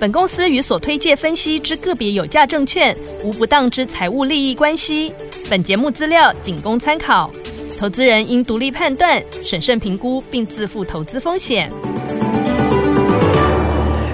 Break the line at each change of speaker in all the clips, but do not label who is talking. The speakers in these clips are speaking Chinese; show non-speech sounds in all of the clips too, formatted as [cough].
本公司与所推介分析之个别有价证券无不当之财务利益关系。本节目资料仅供参考，投资人应独立判断、审慎评估并自负投资风险。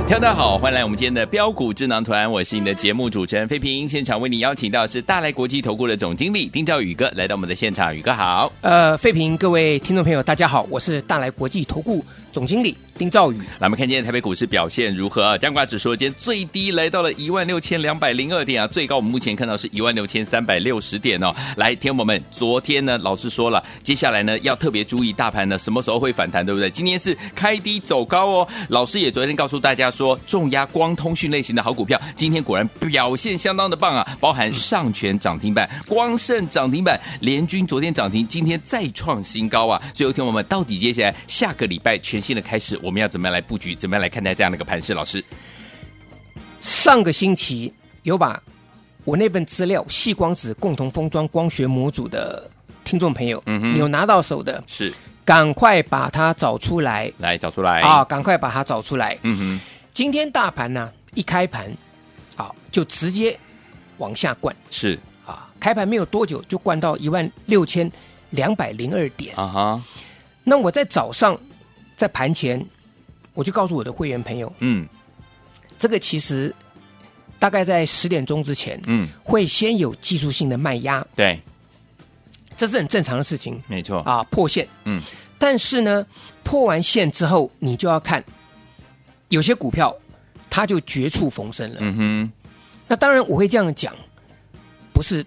听众大家好，欢迎来我们今天的标股智囊团，我是你的节目主持人费平。现场为你邀请到是大来国际投顾的总经理丁兆宇哥来到我们的现场，宇哥好。
呃，废品各位听众朋友，大家好，我是大来国际投顾总经理丁兆宇。
来，我们看今天台北股市表现如何啊？加挂指数今天最低来到了一万六千两百零二点啊，最高我们目前看到是一万六千三百六十点哦。来，天友们，昨天呢，老师说了，接下来呢要特别注意大盘呢什么时候会反弹，对不对？今天是开低走高哦。老师也昨天告诉大家说，重压光通讯类型的好股票，今天果然表现相当的棒啊，包
嗯
含上全涨停板、光盛涨停板、联军昨天涨停，今天再创新高啊。所以，天友们，到底接下来下个礼拜全新的开始，我们要怎么样来布局，怎么样来看待这样的一个盘势？老师，
上个星期有把我那份资料，细光子共同封装光学模组的听众朋友，
嗯哼
你有拿到手的，
是
赶快把它找出来
来找出来
啊！赶快把它找出来。
嗯哼，
今天大盘呢、一开盘，好、就直接往下灌
是
啊！开盘没有多久就灌到一万六千两百零二点。
啊哈，
那我在早上在盘前，我就告诉我的会员朋友，
嗯
这个其实大概在十点钟之前，
嗯，
会先有技术性的卖压，
对，
这是很正常的事情
没错，
啊，破线。
嗯，
但是呢，破完线之后，你就要看有些股票它就绝处逢生了。
嗯哼，
那当然我会这样讲，不是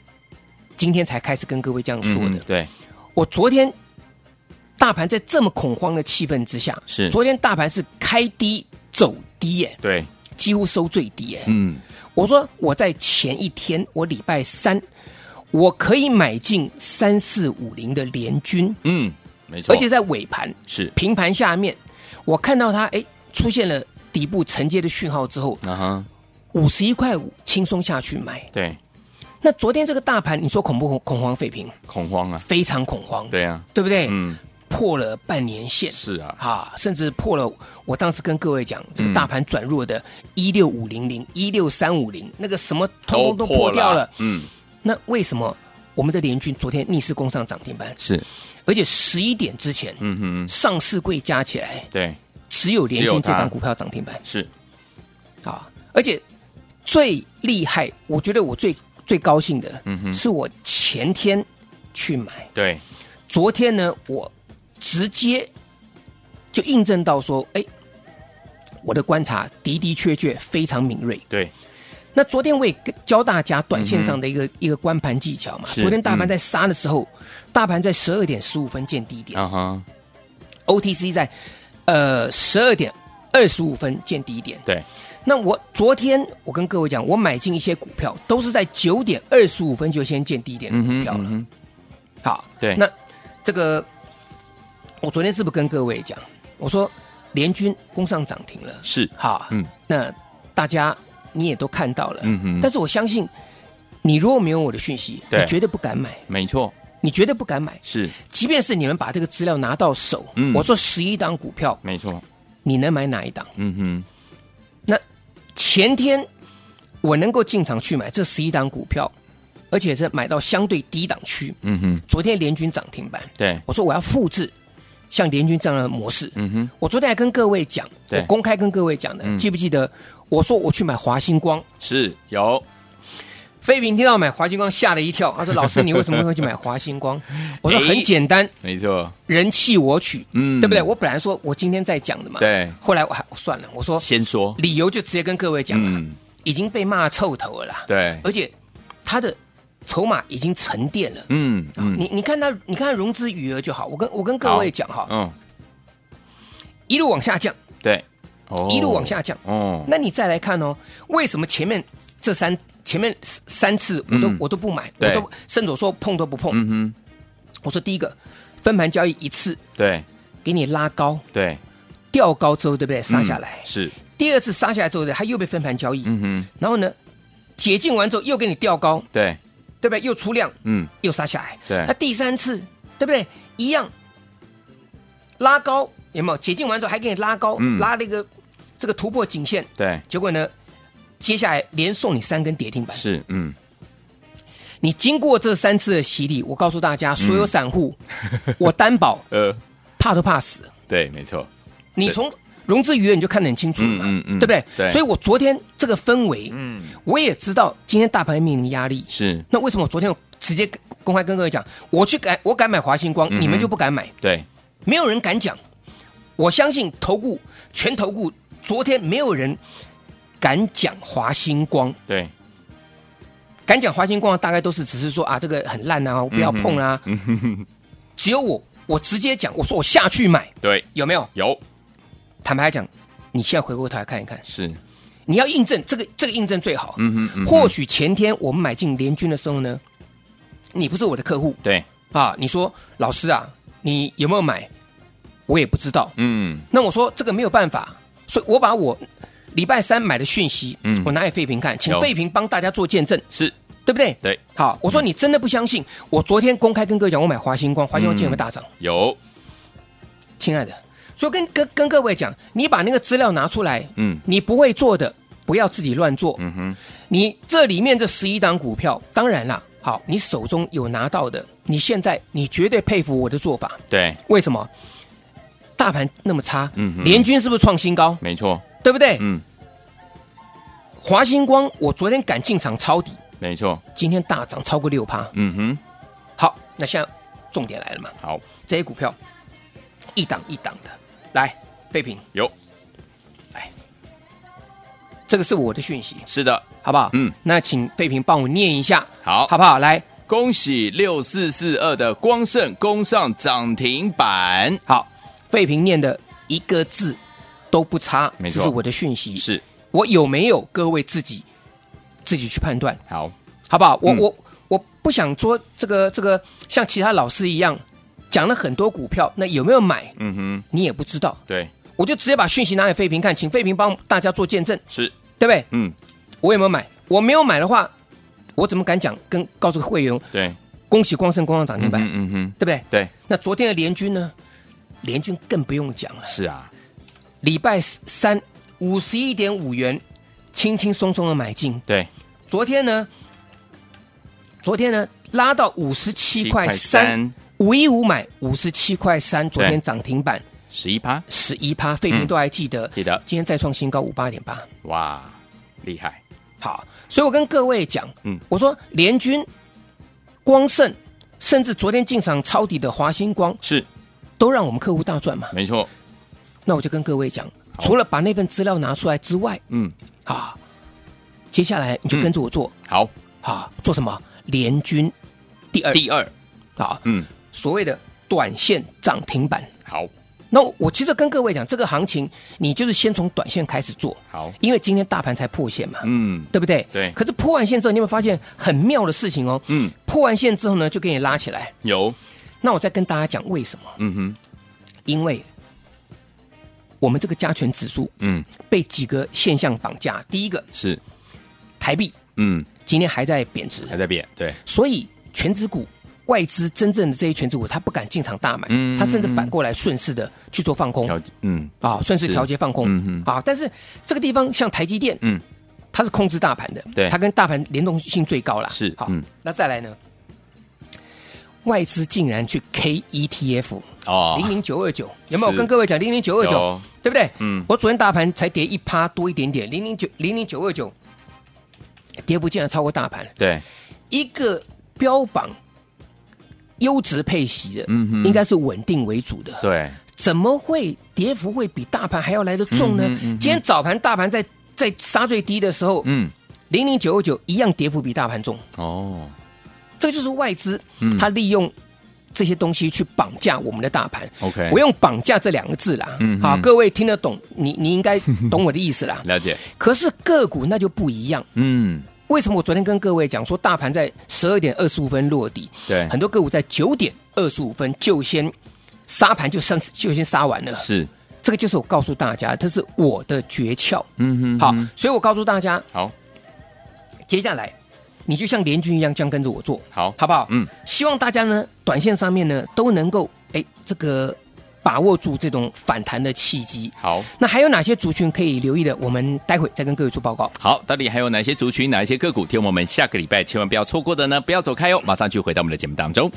今天才开始跟各位这样说
嗯
的
哼，对，
我昨天大盘在这么恐慌的气氛之下，
是
昨天大盘是开低走低耶，
对，
几乎收最低耶。
嗯，
我说我在前一天，我礼拜三，我可以买进三四五零的联军，
嗯，没错，
而且在尾盘
是，
平盘下面，我看到它哎出现了底部承接的讯号之后，
啊哈，
五十一块五轻松下去买。
对，
那昨天这个大盘，你说恐不恐恐慌？废平
恐慌啊，
非常恐慌，
对啊，
对不对？
嗯，
破了半年线，
是啊，
啊，甚至破了我当时跟各位讲，这个大盘转弱的一六五零零、一六三五零，那个什么通通都破掉了。
嗯，
那为什么我们的联军昨天逆势攻上涨停板，
是，
而且十一点之前、
嗯哼，
上市柜加起来
对，
只有联
只有
军
它
这档股票涨停板
是，
啊！而且最厉害，我觉得我最最高兴的，
嗯哼
是我前天去买，
对，
昨天呢，我直接就印证到说，哎，我的观察的的确确非常敏锐。
对，
那昨天我也跟教大家短线上的一个、一个观盘技巧嘛。
嗯是
昨天大盘在杀的时候，大盘在十二点十五分见低点、
啊哈，
o t c 在呃十二点二十五分见低点。
对，
那我昨天我跟各位讲，我买进一些股票都是在九点二十五分就先见低点的
嗯
股
哼，
票了。
嗯哼，
好，
对
那这个我昨天是不是跟各位讲，我说联军攻上涨停了，
是，
好，
嗯，
那大家你也都看到了，
嗯哼
但是我相信你如果没有我的讯息，
对
你绝对不敢买，
没错，
你绝对不敢买，
是，
即便是你们把这个资料拿到手，
嗯
我说十一档股票，
没错，
你能买哪一档？
嗯哼，
那前天我能够进场去买这十一档股票，而且是买到相对低档区，
嗯哼，
昨天联军涨停板，
对，
我说我要复制像联军这样的模式。
嗯哼，
我昨天还跟各位讲，
对嗯
我公开跟各位讲的，记不记得？我说我去买华星光，
是有，
飞平听到买华星光吓了一跳，
[laughs]
他说：“老师，你为什么会去买华星光？”我说：“很简单，
没错，
人气我取，
嗯
对不对？”我本来说我今天在讲的嘛，
对
后来我还哦算了，我说
先说，
理由就直接跟各位讲了
嗯，
已经被骂臭头了啦，
对，
而且他的筹码已经沉淀了。
嗯嗯，
你你看他，你看他融资余额就好。我跟我跟各位讲哈，
嗯，
一路往下降，
对，哦
一路往下降。
哦，
那你再来看哦，为什么前面这三前面三次我都、
嗯
我都不买，我
对
都伸手说碰都不碰？
嗯哼，
我说第一个分盘交易一次
对
给你拉高
对，
调高之后，对不对？杀下来，
嗯是，
第二次杀下来之后呢，它又被分盘交易，
嗯哼，
然后呢解禁完之后又给你调高，
对，
对不对？又出量
嗯
又杀下来，
对
那第三次对不对？一样拉高有没有？解禁完之后还给你拉高，
嗯
拉了一个这个突破颈线，
对，
结果呢，接下来连送你三根跌停板。
是，嗯
你经过这三次的洗礼，我告诉大家，所有散户，
嗯 [laughs]
我担保
呃，
怕都怕死。
对，没错，
你从融资余额你就看得很清楚了嘛，
嗯嗯嗯
对不对？
对
所以我昨天这个氛围，
嗯
我也知道今天大盘面临压力。
是，
那为什么我昨天我直接公开跟各位讲，我去敢我敢买华星光，
嗯哼
你们就不敢买？
对，
没有人敢讲。我相信投顾全投顾，昨天没有人敢讲华星光。
对，
敢讲华星光的大概都是只是说啊，这个很烂啊，我不要碰啊。
嗯哼哼，
只有我，我直接讲，我说我下去买，
对，
有没有？
有
坦白讲，你现在回过头来看一看，
是，
你要印证这个这个印证最好。
嗯哼，嗯哼
或许前天我们买进联军的时候呢，你不是我的客户
对，
啊，你说老师啊，你有没有买？我也不知道。
嗯
那我说这个没有办法，所以我把我礼拜三买的讯息，
嗯
我拿给费平看，请
有
费平帮大家做见证，
是，
对不对？
对，
好，我说你真的不相信？我昨天公开跟各位讲，我买华星光，华星
嗯
光今天有没有大涨？
有，
亲爱的，所以跟跟跟各位讲，你把那个资料拿出来，
嗯
你不会做的，不要自己乱做。
嗯哼，
你这里面这十一档股票，当然啦，好，你手中有拿到的，你现在你绝对佩服我的做法。
对，
为什么？大盘那么差，
嗯哼
联军是不是创新高？
没错，
对不对？
嗯，
华星光，我昨天敢进场抄底，
没错，
今天大涨超过六趴。
嗯哼，
好，那现在重点来了嘛，
好，
这些股票一档一档的来，废品，
有，
这个是我的讯息，
是的，
好不好？
嗯，
那请废品帮我念一下，
好
好不好？来，
恭喜六四四二的光盛攻上涨停板，
好，废品念的一个字都不差，
没错
这是我的讯息，
是，
我有没有？各位自己自己去判断，
好，
好不好？我、
嗯
我我不想说这个这个像其他老师一样讲了很多股票，那有没有买
嗯哼，
你也不知道，
对，
我就直接把讯息拿给废平看，请废平帮大家做见证，
是，
对不对？
嗯，
我有没有买？我没有买的话，我怎么敢讲跟告诉会员
对，
恭喜光盛光上涨停
嗯
板，
哼，嗯哼，
对不对？
对，
那昨天的联军呢？联军更不用讲了，
是啊，
礼拜三五十一点五元，轻轻松松的买进。
对，
昨天呢，昨天呢拉到五十七块三，，五一五买五十七块三，昨天涨停板
十一趴，
十一趴，费平都还记得，
嗯记得，
今天再创新高五八点八。
哇，厉害，
好，所以我跟各位讲，
嗯
嗯，我说联军、光盛，甚至昨天进场抄底的华星光，
是，
都让我们客户大赚嘛。
没错，
那我就跟各位讲，
好
除了把那份资料拿出来之外，
嗯，
啊，接下来你就跟着我做，
好，
啊，做什么？联军第二，
第二，
啊，
嗯，
所谓的短线涨停板。
好，
那我我其实跟各位讲，这个行情你就是先从短线开始做，
好，
因为今天大盘才破线嘛，
哦嗯，
对不对？
对
可是破完线之后，你有没有发现很妙的事情哦？
嗯，
破完线之后呢，就给你拉起来。
有，
那我再跟大家讲为什么？
嗯哼，
因为我们这个加权指数
嗯，
被几个现象绑架。第一个，
是，
台币
嗯，
今天还在贬值，
还在变，对，
所以全指股外资真正的这些全指股，它不敢进场大买，
嗯
它甚至反过来顺势的去做放空
调，嗯，
啊，顺势
是
调节放空、
嗯嗯
啊。但是这个地方像台积电，
嗯，
它是控制大盘的，
对
它跟大盘联动性最高啦。
是
好，
嗯
那再来呢？外资竟然去 K ETF
哦，
零零九二九，有没有
是
跟各位讲零零九二九
有？
对不对？
嗯
我昨天大盘才跌一趴多一点点，零零九零零九二九，跌幅竟然超过大盘。
对，
一个标榜优质配息的，
嗯哼
应该是稳定为主的，
对，
怎么会跌幅会比大盘还要来得重呢？
嗯
今天早盘大盘在在杀最低的时候，
嗯，
零零九二九一样跌幅比大盘重，
哦，
这就是外资
嗯
它利用这些东西去绑架我们的大盘。
OK
我用“绑架”这两个字啦，
嗯
好，
嗯
各位听得懂，你你应该懂我的意思啦。
[laughs] 了解，
可是个股那就不一样，
嗯，
为什么我昨天跟各位讲说，大盘在十二点二十五分落底，
对
很多个股在九点二十五分就先杀盘就上就先杀完了，
是，
这个就是我告诉大家，这是我的诀窍。
嗯哼，
好，所以我告诉大家，
好，
接下来你就像联军一样，这样跟着我做，
好
好不好？
嗯，
希望大家呢，短线上面呢都能够哎这个把握住这种反弹的契机。
好。
那还有哪些族群可以留意的？我们待会再跟各位做报告。
好，到底还有哪些族群、哪一些个股，听我们下个礼拜千万不要错过的呢？不要走开哦，马上就回到我们的节目当中。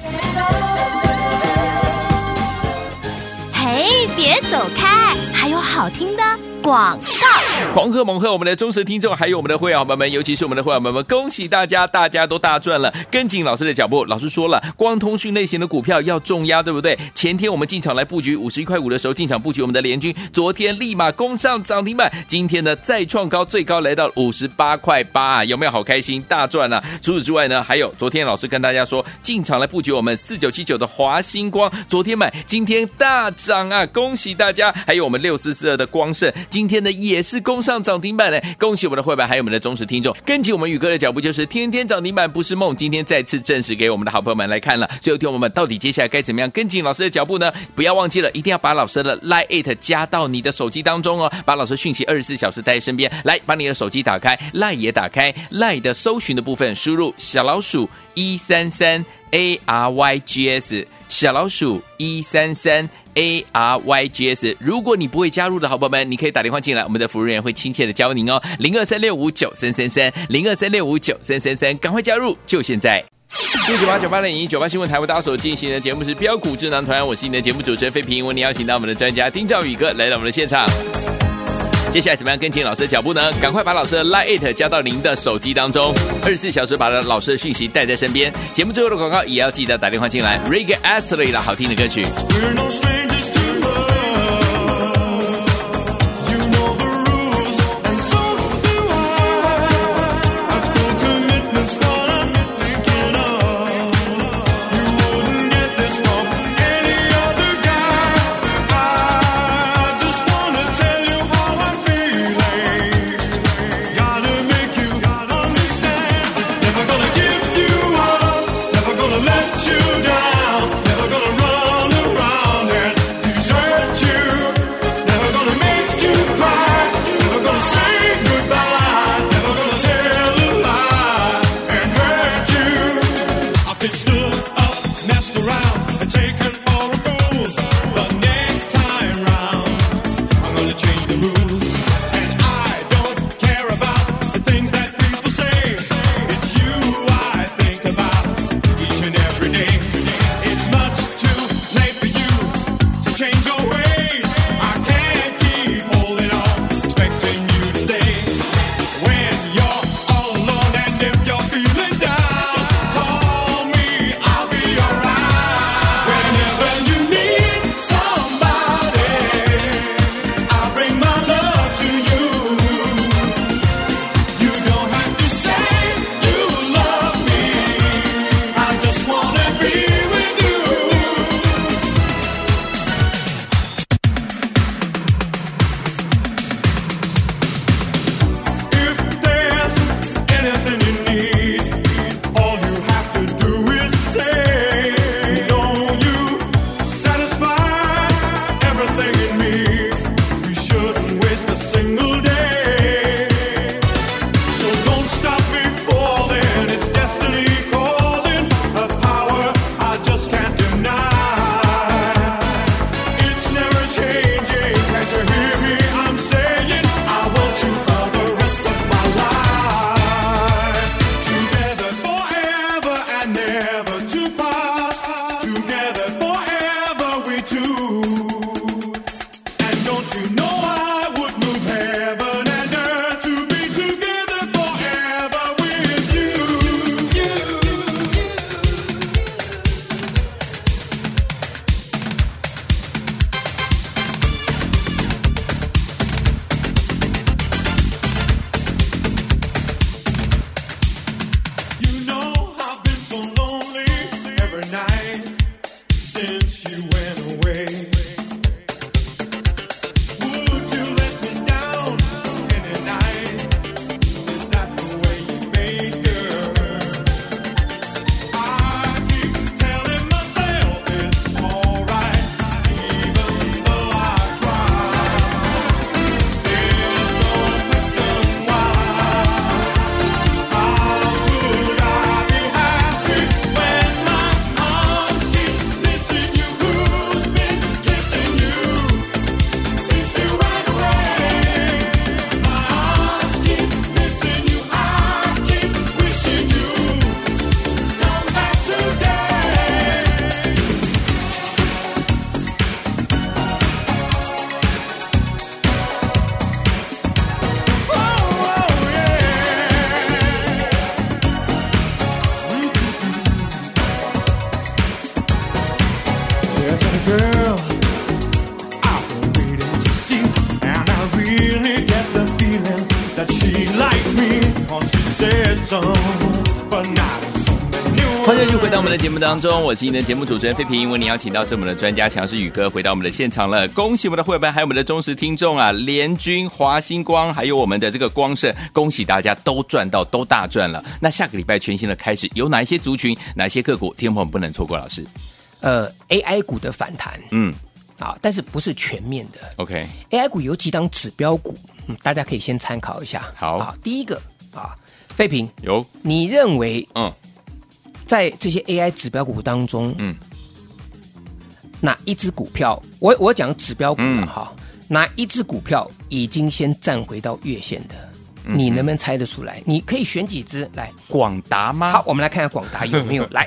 嘿，别走开，还有好听的广告。
狂贺猛贺我们的忠实听众，还有我们的会员好朋友们，尤其是我们的会员好朋友们，恭喜大家，大家都大赚了，跟紧老师的脚步。老师说了，光通讯类型的股票要重压，对不对？前天我们进场来布局五十一块五的时候进场布局我们的联军，昨天立马攻上涨停板，今天呢再创高，最高来到五十八块八、啊，有没有好开心大赚啊？除此之外呢，还有昨天老师跟大家说进场来布局我们四九七九的华星光，昨天买，今天大涨啊，恭喜大家！还有我们六四四二的光盛，今天呢也是攻上涨停板嘞，恭喜我们的会员，还有我们的忠实听众，跟紧我们宇哥的脚步，就是天天涨停板不是梦。今天再次证实给我们的好朋友们来看了，所以听我们到底接下来该怎么样跟紧老师的脚步呢？不要忘记了，一定要把老师的 Line It 加到你的手机当中哦，把老师讯息二十四小时带在身边，来把你的手机打开，Line 也打开，Line 的搜寻的部分输入小老鼠一三三 A R Y G S。小老鼠一三三 A R Y G S。如果你不会加入的好朋友们，你可以打电话进来，我们的服务人员会亲切的教您哦。零二三六五九三三三，零二三六五九三三三，赶快加入，就现在。六九八九八零一九八新闻台为大家所进行的节目是标股智囊团，我是你的节目主持人费平，为你邀请到我们的专家丁兆宇哥来到我们的现场。接下来怎么样跟紧老师的脚步呢？赶快把老师的 Line It 加到您的手机当中，二十四小时把老师的讯息带在身边。节目最后的广告也要记得打电话进来。Rick Astley 的好听的歌曲。
We're no strangers to love. You know the rules, and so do I. I've full commitments, what I'm thinking of. You wouldn't get this from any other guy. I just wanna tell you how I'm feeling. Gotta make you understand. Never gonna give you up. Never gonna let you down. Never gonna run around and desert you. Never gonna make you cry. Never gonna say goodbye. Never gonna tell a lie and hurt you. I've been stood up, messed around, and taken for a fool. But next time round, I'm gonna change the rules. And I don't care about the things that people say. It's you I think about each and every day. It's much too late for you to change your ways. I can't keep holding on, expecting you to stay. When you're all alone and if you're feeling down, call me, I'll be alright. Whenever you need somebody. I bring my love to you. You don't have to say you love me. I just wanna be with you. If there's anything you need, all you have to do is say, Don't you satisfy everything in me? You shouldn't waste a single day. So don't stop me falling. It's destiny calling, a power I just can't deny. It's never changing. Can't you hear me? I'm saying I want you for the rest of my life. Together forever and never to pass. Together forever we two. And don't you know I would move heaven and earth to be together forever said so, but not a something new.
欢迎继续回到我们的节目当中，我是您的节目主持人费平，为您邀请到是我们的专家强势宇哥回到我们的现场了。恭喜我们的会员，还有我们的忠实听众啊，联军、华星光，还有我们的这个光盛，恭喜大家都赚到，都大赚了。那下个礼拜全新的开始，有哪一些族群，哪一些个股，天朋友们不能错过？老师，
呃 AI 股的反弹
嗯
啊，但是不是全面的。
，OK，
AI 股有几档指标股，嗯，大家可以先参考一下。
好
啊，第一个啊，费平，
有，
你认为
嗯，
在这些 AI 指标股当中，
嗯，
哪一只股票？我我讲指标股了
嗯
哈，哪一只股票已经先站回到月线的？
嗯
你能不能猜得出来？你可以选几只来。
广达
好
吗，？
我们来看看广达
[laughs]
有没有来。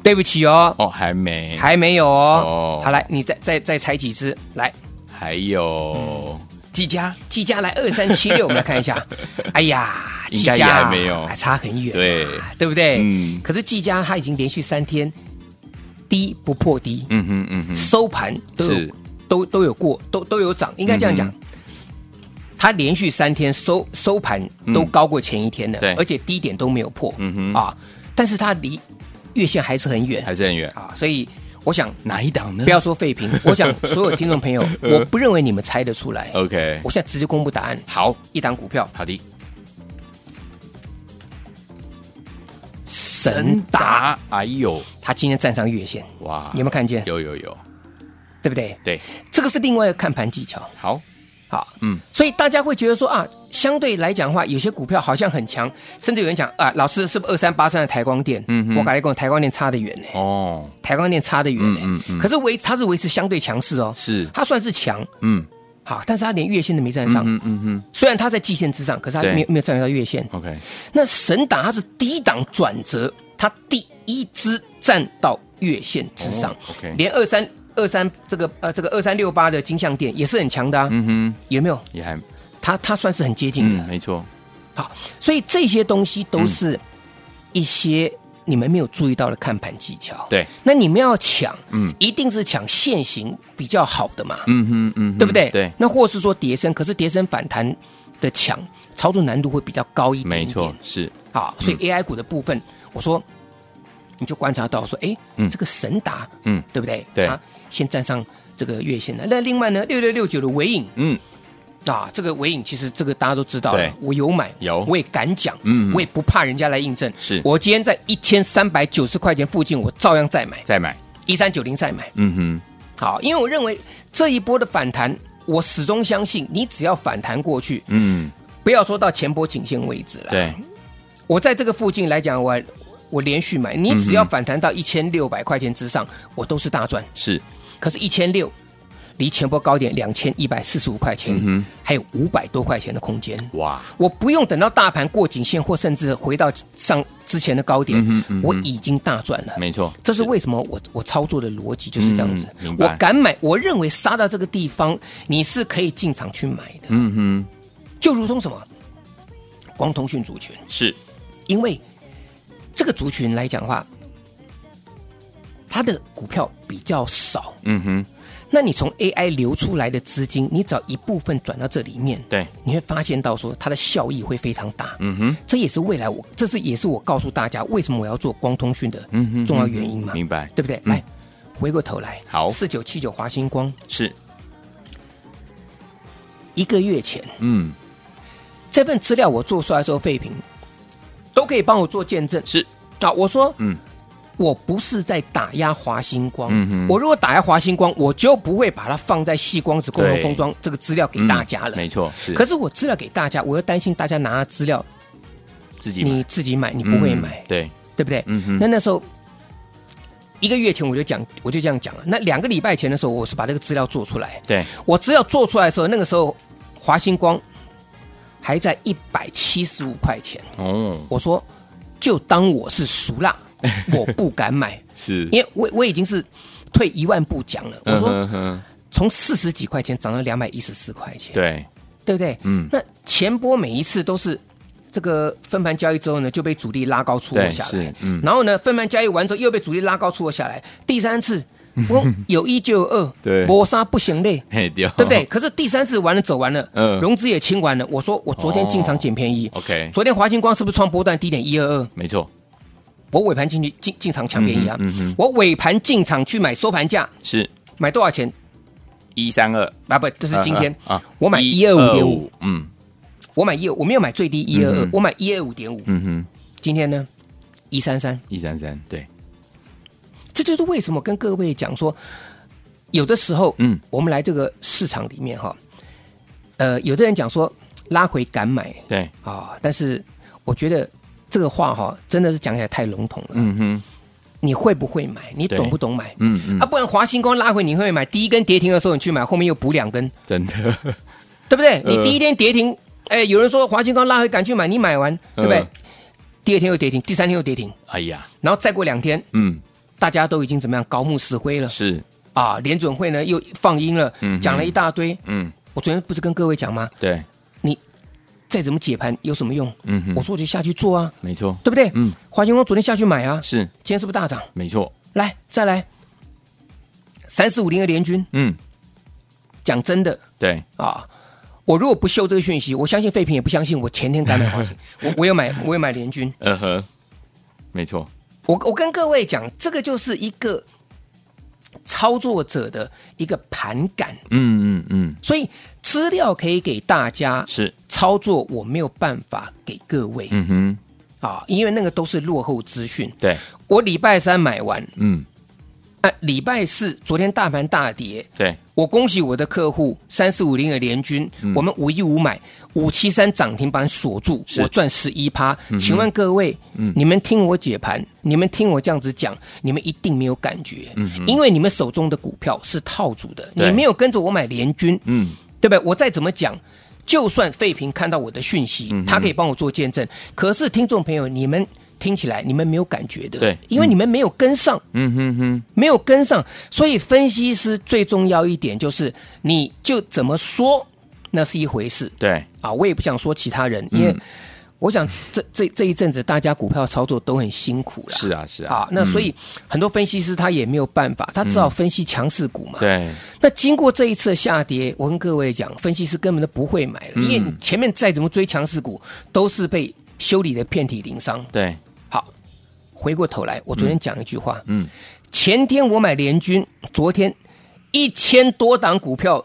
对不起哦，
哦，还没，
还没有哦
哦。
好，来，你再再再猜几只来。
还有
嗯
技嘉，
技嘉来二三七六，我们来看
[laughs]
一下。哎呀，技
应该也
嘉
还没有
还哎差很远嘛，啊
对
对不对？
嗯
可是技嘉它已经连续三天低不破低，
嗯哼嗯哼，
收盘都有
是嗯
都都有过，都都有涨，应该这样讲。它连续三天收收盘都高过前一天的，
嗯对
而且低点都没有破，
嗯哼
啊，但是它离月线还是很远
还是很远，
啊，所以我想
哪一档呢？
不要说
[laughs]
废评，我想所有听众朋友，
嗯
我不认为你们猜得出来，
，OK，
我现在直接公布答案，
好，
一档股票
好的，
神达，，
哎呦，
它今天站上月线，
哇，
你有没有看见？
有有有，
对不对？
对，
这个是另外一个看盘技巧。
好，
好，
嗯，
所以大家会觉得说啊，相对来讲的话，有些股票好像很强，甚至有人讲啊，老师是不是二三八三的台光电？
嗯哼
我感觉跟我台光电差得远呢、
哦，
台光电差得远呢、
嗯嗯嗯
可是维它是维持相对强势哦，
是，
它算是强，
嗯，
好，但是它连月线都没站上。
嗯嗯嗯
虽然它在季线之上，可是它
对哦
没有没有站回到月线。
，OK，
那神档它是低档转折，它第一支站到月线之上、
哦，OK
连二三二三这个呃这个二三六八的金像店也是很强的、啊，
嗯哼，
有没有？
也还，
它它算是很接近的
嗯，，没错，
好，所以这些东西都
嗯
是一些你们没有注意到的看盘技巧。
对，
那你们要抢，
嗯
嗯，一定是抢现行比较好的嘛，
嗯哼嗯哼，
对不对？
对，
那或是说跌升，可是跌升反弹的抢，操作难度会比较高一点
没
点。
错，嗯是，
好，所以 AI 股的部分，我说你就观察到说，哎，
嗯
这个神达，
嗯
对不对？
对
它先站上这个月线了。那另外呢，六六六九的尾影
嗯，
啊，这个尾影其实这个大家都知道
对
了，我有买，
有
我也敢讲，
嗯嗯
我也不怕人家来印证。
是
我今天在一千三百九十块钱附近，我照样再买，
再买，
一三九零再买。
嗯
好，因为我认为这一波的反弹，我始终相信，你只要反弹过去，
哼，嗯，
不要说到前波颈线位置了，
对，
我在这个附近来讲，我我连续买，你
嗯
只要反弹到一千六百块钱之上，我都是大赚。
是，
可是，一千六离前波高点两千一百四十五块钱，
嗯
还有五百多块钱的空间。
哇，
我不用等到大盘过颈线，或甚至回到上之前的高点，
嗯哼嗯哼
我已经大赚了。
没错，
这是为什么我我操作的逻辑就是这样子。
嗯明白
我敢买，我认为杀到这个地方，你是可以进场去买的。
嗯
就如同什么，光通讯族群，
哼，是，
因为这个族群来讲的话，它的股票比较少。
嗯哼，
那你从 AI 流出来的资金，你只要一部分转到这里面，
对，
你会发现到说它的效益会非常大。
嗯哼，
这也是未来我，这是也是我告诉大家为什么我要做光通讯的
嗯哼，
重要原因嘛，
明白，
对不对？
嗯
来，回过头来，
好
四九七九华星光，
是，
一个月前
嗯，
这份资料我做出来之后，废品都可以帮我做见证
是，
啊。我说，
嗯
嗯，我不是在打压华星光，
嗯哼
我如果打压华星光，我就不会把它放在细光子共同封装这个资料给大家了。
嗯没错，是，
可
是
是我资料给大家，我又担心大家拿了资料
自己
你
买，嗯
自己买，你不会买，
对，
对不对？
嗯哼
那那时候一个月前我就讲，我就这样讲了。那两个礼拜前的时候，我是把这个资料做出来。
对，
我资料做出来的时候，那个时候华星光还在一百七十五块钱。
哦，
我说，就当我是俗
[laughs]
辣，我不敢买，
是，嗯
因为我我已经是退一万步讲了。我说，
说，
从四十几块钱涨到两百一十四块钱，
对，
对不对？
嗯
那前波每一次都是这个分盘交易之后呢，就被主力拉高出货
对
下来
是，嗯 [laughs]
然后呢，分盘交易完之后又被主力拉高出货下来，第三次。我有一就有二，
对
磨砂不行嘞，
嘿丢，
对不对？？可是第三次完了，走完了，
嗯哦
融资也清完了。我说我昨天进场捡便宜、啊
OK，
昨天华星光是不是创波段低点一二二？
没错，
我尾盘进去进进场抢便宜啊，
嗯哼嗯哼
我尾盘进场去买收盘价，
是
买多少钱？
一三二，
啊不，这是今天
啊啊
我买一二五点五，，
125嗯
我买一，我没有买最低一二
嗯
二
哼，
我买一二五点五。
嗯哼，
今天呢，一三三，
一三三，对，
这就是为什么跟各位讲说，有的时候，
嗯
嗯，我们来这个市场里面哈，呃，有的人讲说拉回敢买
对，
啊、但是我觉得这个话哈，真的是讲起来太笼统了。
嗯哼，
你会不会买？你
对
懂不懂买？
嗯嗯
啊，，不然华星光拉回你会买，第一根跌停的时候你去买，后面又补两根，
[laughs] 真的，
对不对？
呃
你第一天跌停，哎、有人说华星光拉回敢去买，你买完，对不对？
呃
第二天又跌停，第三天又跌停，
哎呀，
然后再过两天，
嗯，
大家都已经怎么样高目死灰了
是，
啊！联准会呢又放音了
嗯，哼
讲了一大堆。
嗯，
我昨天不是跟各位讲吗？
对，
再怎么解盘有什么用？
嗯哼
我，说我就下去做啊，
没错，
对不对？
嗯，
华星光昨天下去买啊，
是，
今天是不是大涨？
没错，
来，再来，三四五零的联军，
嗯，
讲真的
对，
啊。我如果不秀这个讯息，我相信废品也不相信我前天敢买
[laughs]
华星，我我有买，我有买联军，
呃呵，没错，
我我跟各位讲，这个就是一个操作者的一个盘感，
嗯嗯嗯，
所以资料可以给大家，
是，
操作我没有办法给各位、
嗯哼，
啊，因为那个都是落后资讯。
对，
我礼拜三买完，
嗯，
啊，礼拜四昨天大盘大跌，
对，
我恭喜我的客户三四五零的联军，
嗯
我们五一五买五七三涨停板锁住，
是嗯
我赚十一趴。请问各位，你们听我解盘，你们听我这样子讲，你们一定没有感觉，因为你们手中的股票是套住的，
嗯对
你没有跟着我买联军，
嗯，
对不对？我再怎么讲。就算废品看到我的讯息，
嗯
他可以帮我做见证。可是听众朋友，你们听起来你们没有感觉的，
对
因为你们没有跟上，
嗯哼哼，
没有跟上，所以分析师最重要一点就是，你就怎么说，那是一回事
对，
啊。我也不想说其他人，因为
嗯
我想这这这一阵子大家股票操作都很辛苦了，
是啊是啊，嗯
啊。那所以很多分析师他也没有办法，他只好分析强势股嘛。
对，
那经过这一次的下跌，我跟各位讲，分析师根本都不会买了，
嗯
因为你前面再怎么追强势股，都是被修理的遍体鳞伤。
对，
好，回过头来，我昨天讲一句话，
嗯
嗯，前天我买联军，昨天一千多档股票，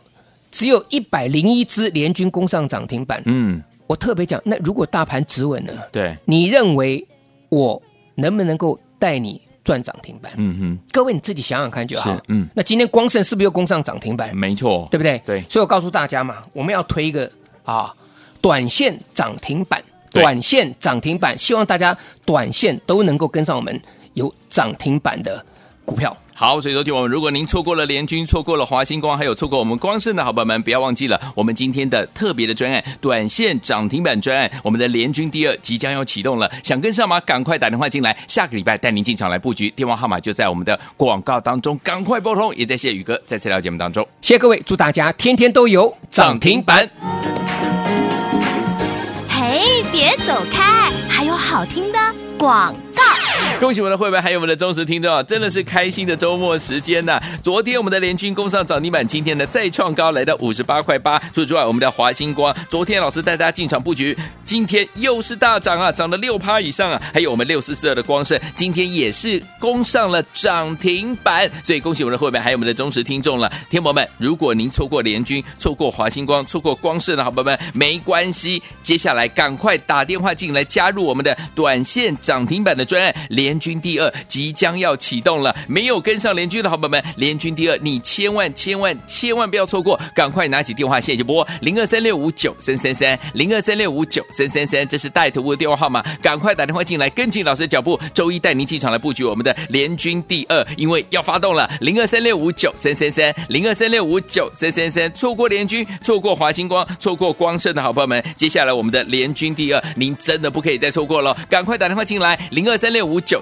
只有一百零一只联军攻上涨停板。
嗯，
我特别讲，那如果大盘止稳呢？
对，
你认为我能不能够带你赚涨停板？
嗯
各位你自己想想看就好
是。嗯
那今天光盛是不是又攻上涨停板
哼，？没错，
对不对？
对
所以我告诉大家嘛，我们要推一个啊，短线涨停板，
对
短线涨停板，希望大家短线都能够跟上我们有涨停板的股票。
好，所以昨天我们，如果您错过了联军，错过了华星光，还有错过我们光盛的好朋友们，不要忘记了我们今天的特别的专案——短线涨停板专案，我们的联军第二即将要启动了，想跟上吗？赶快打电话进来，下个礼拜带您进场来布局，电话号码就在我们的广告当中，赶快拨通。也在谢谢宇哥再次来到节目当中，
谢谢各位，祝大家天天都有涨停板。
嘿，别走开，还有好听的广告。
[laughs] 恭喜我们的会员，还有我们的忠实听众啊，真的是开心的周末时间呐、昨天我们的联军攻上涨停板，今天呢再创高，来到五十八块八。除此之外，我们的华星光，昨天老师带大家进场布局，今天又是大涨啊，涨了六趴以上啊。还有我们六四四二的光盛，今天也是攻上了涨停板，所以恭喜我们的会员，还有我们的忠实听众了。天宝们，如果您错过联军、错过华星光、错过光盛的好朋友们，没关系，接下来赶快打电话进来加入我们的短线涨停板的专案，联军第二即将要启动了。没有跟上联军的好朋友们，联军第二你千万千万千万不要错过，赶快拿起电话现在就拨零二三六五九三三三零二三六五九三三三，这是带头部的电话号码，赶快打电话进来，跟紧老师的脚步。周一带您进场来布局我们的联军第二，因为要发动了零二三六五九三三三零二三六五九三三三，错过联军，错过华星光，错过光盛的好朋友们，接下来我们的联军第二，您真的不可以再错过了，哦赶快打电话进来零二三六五九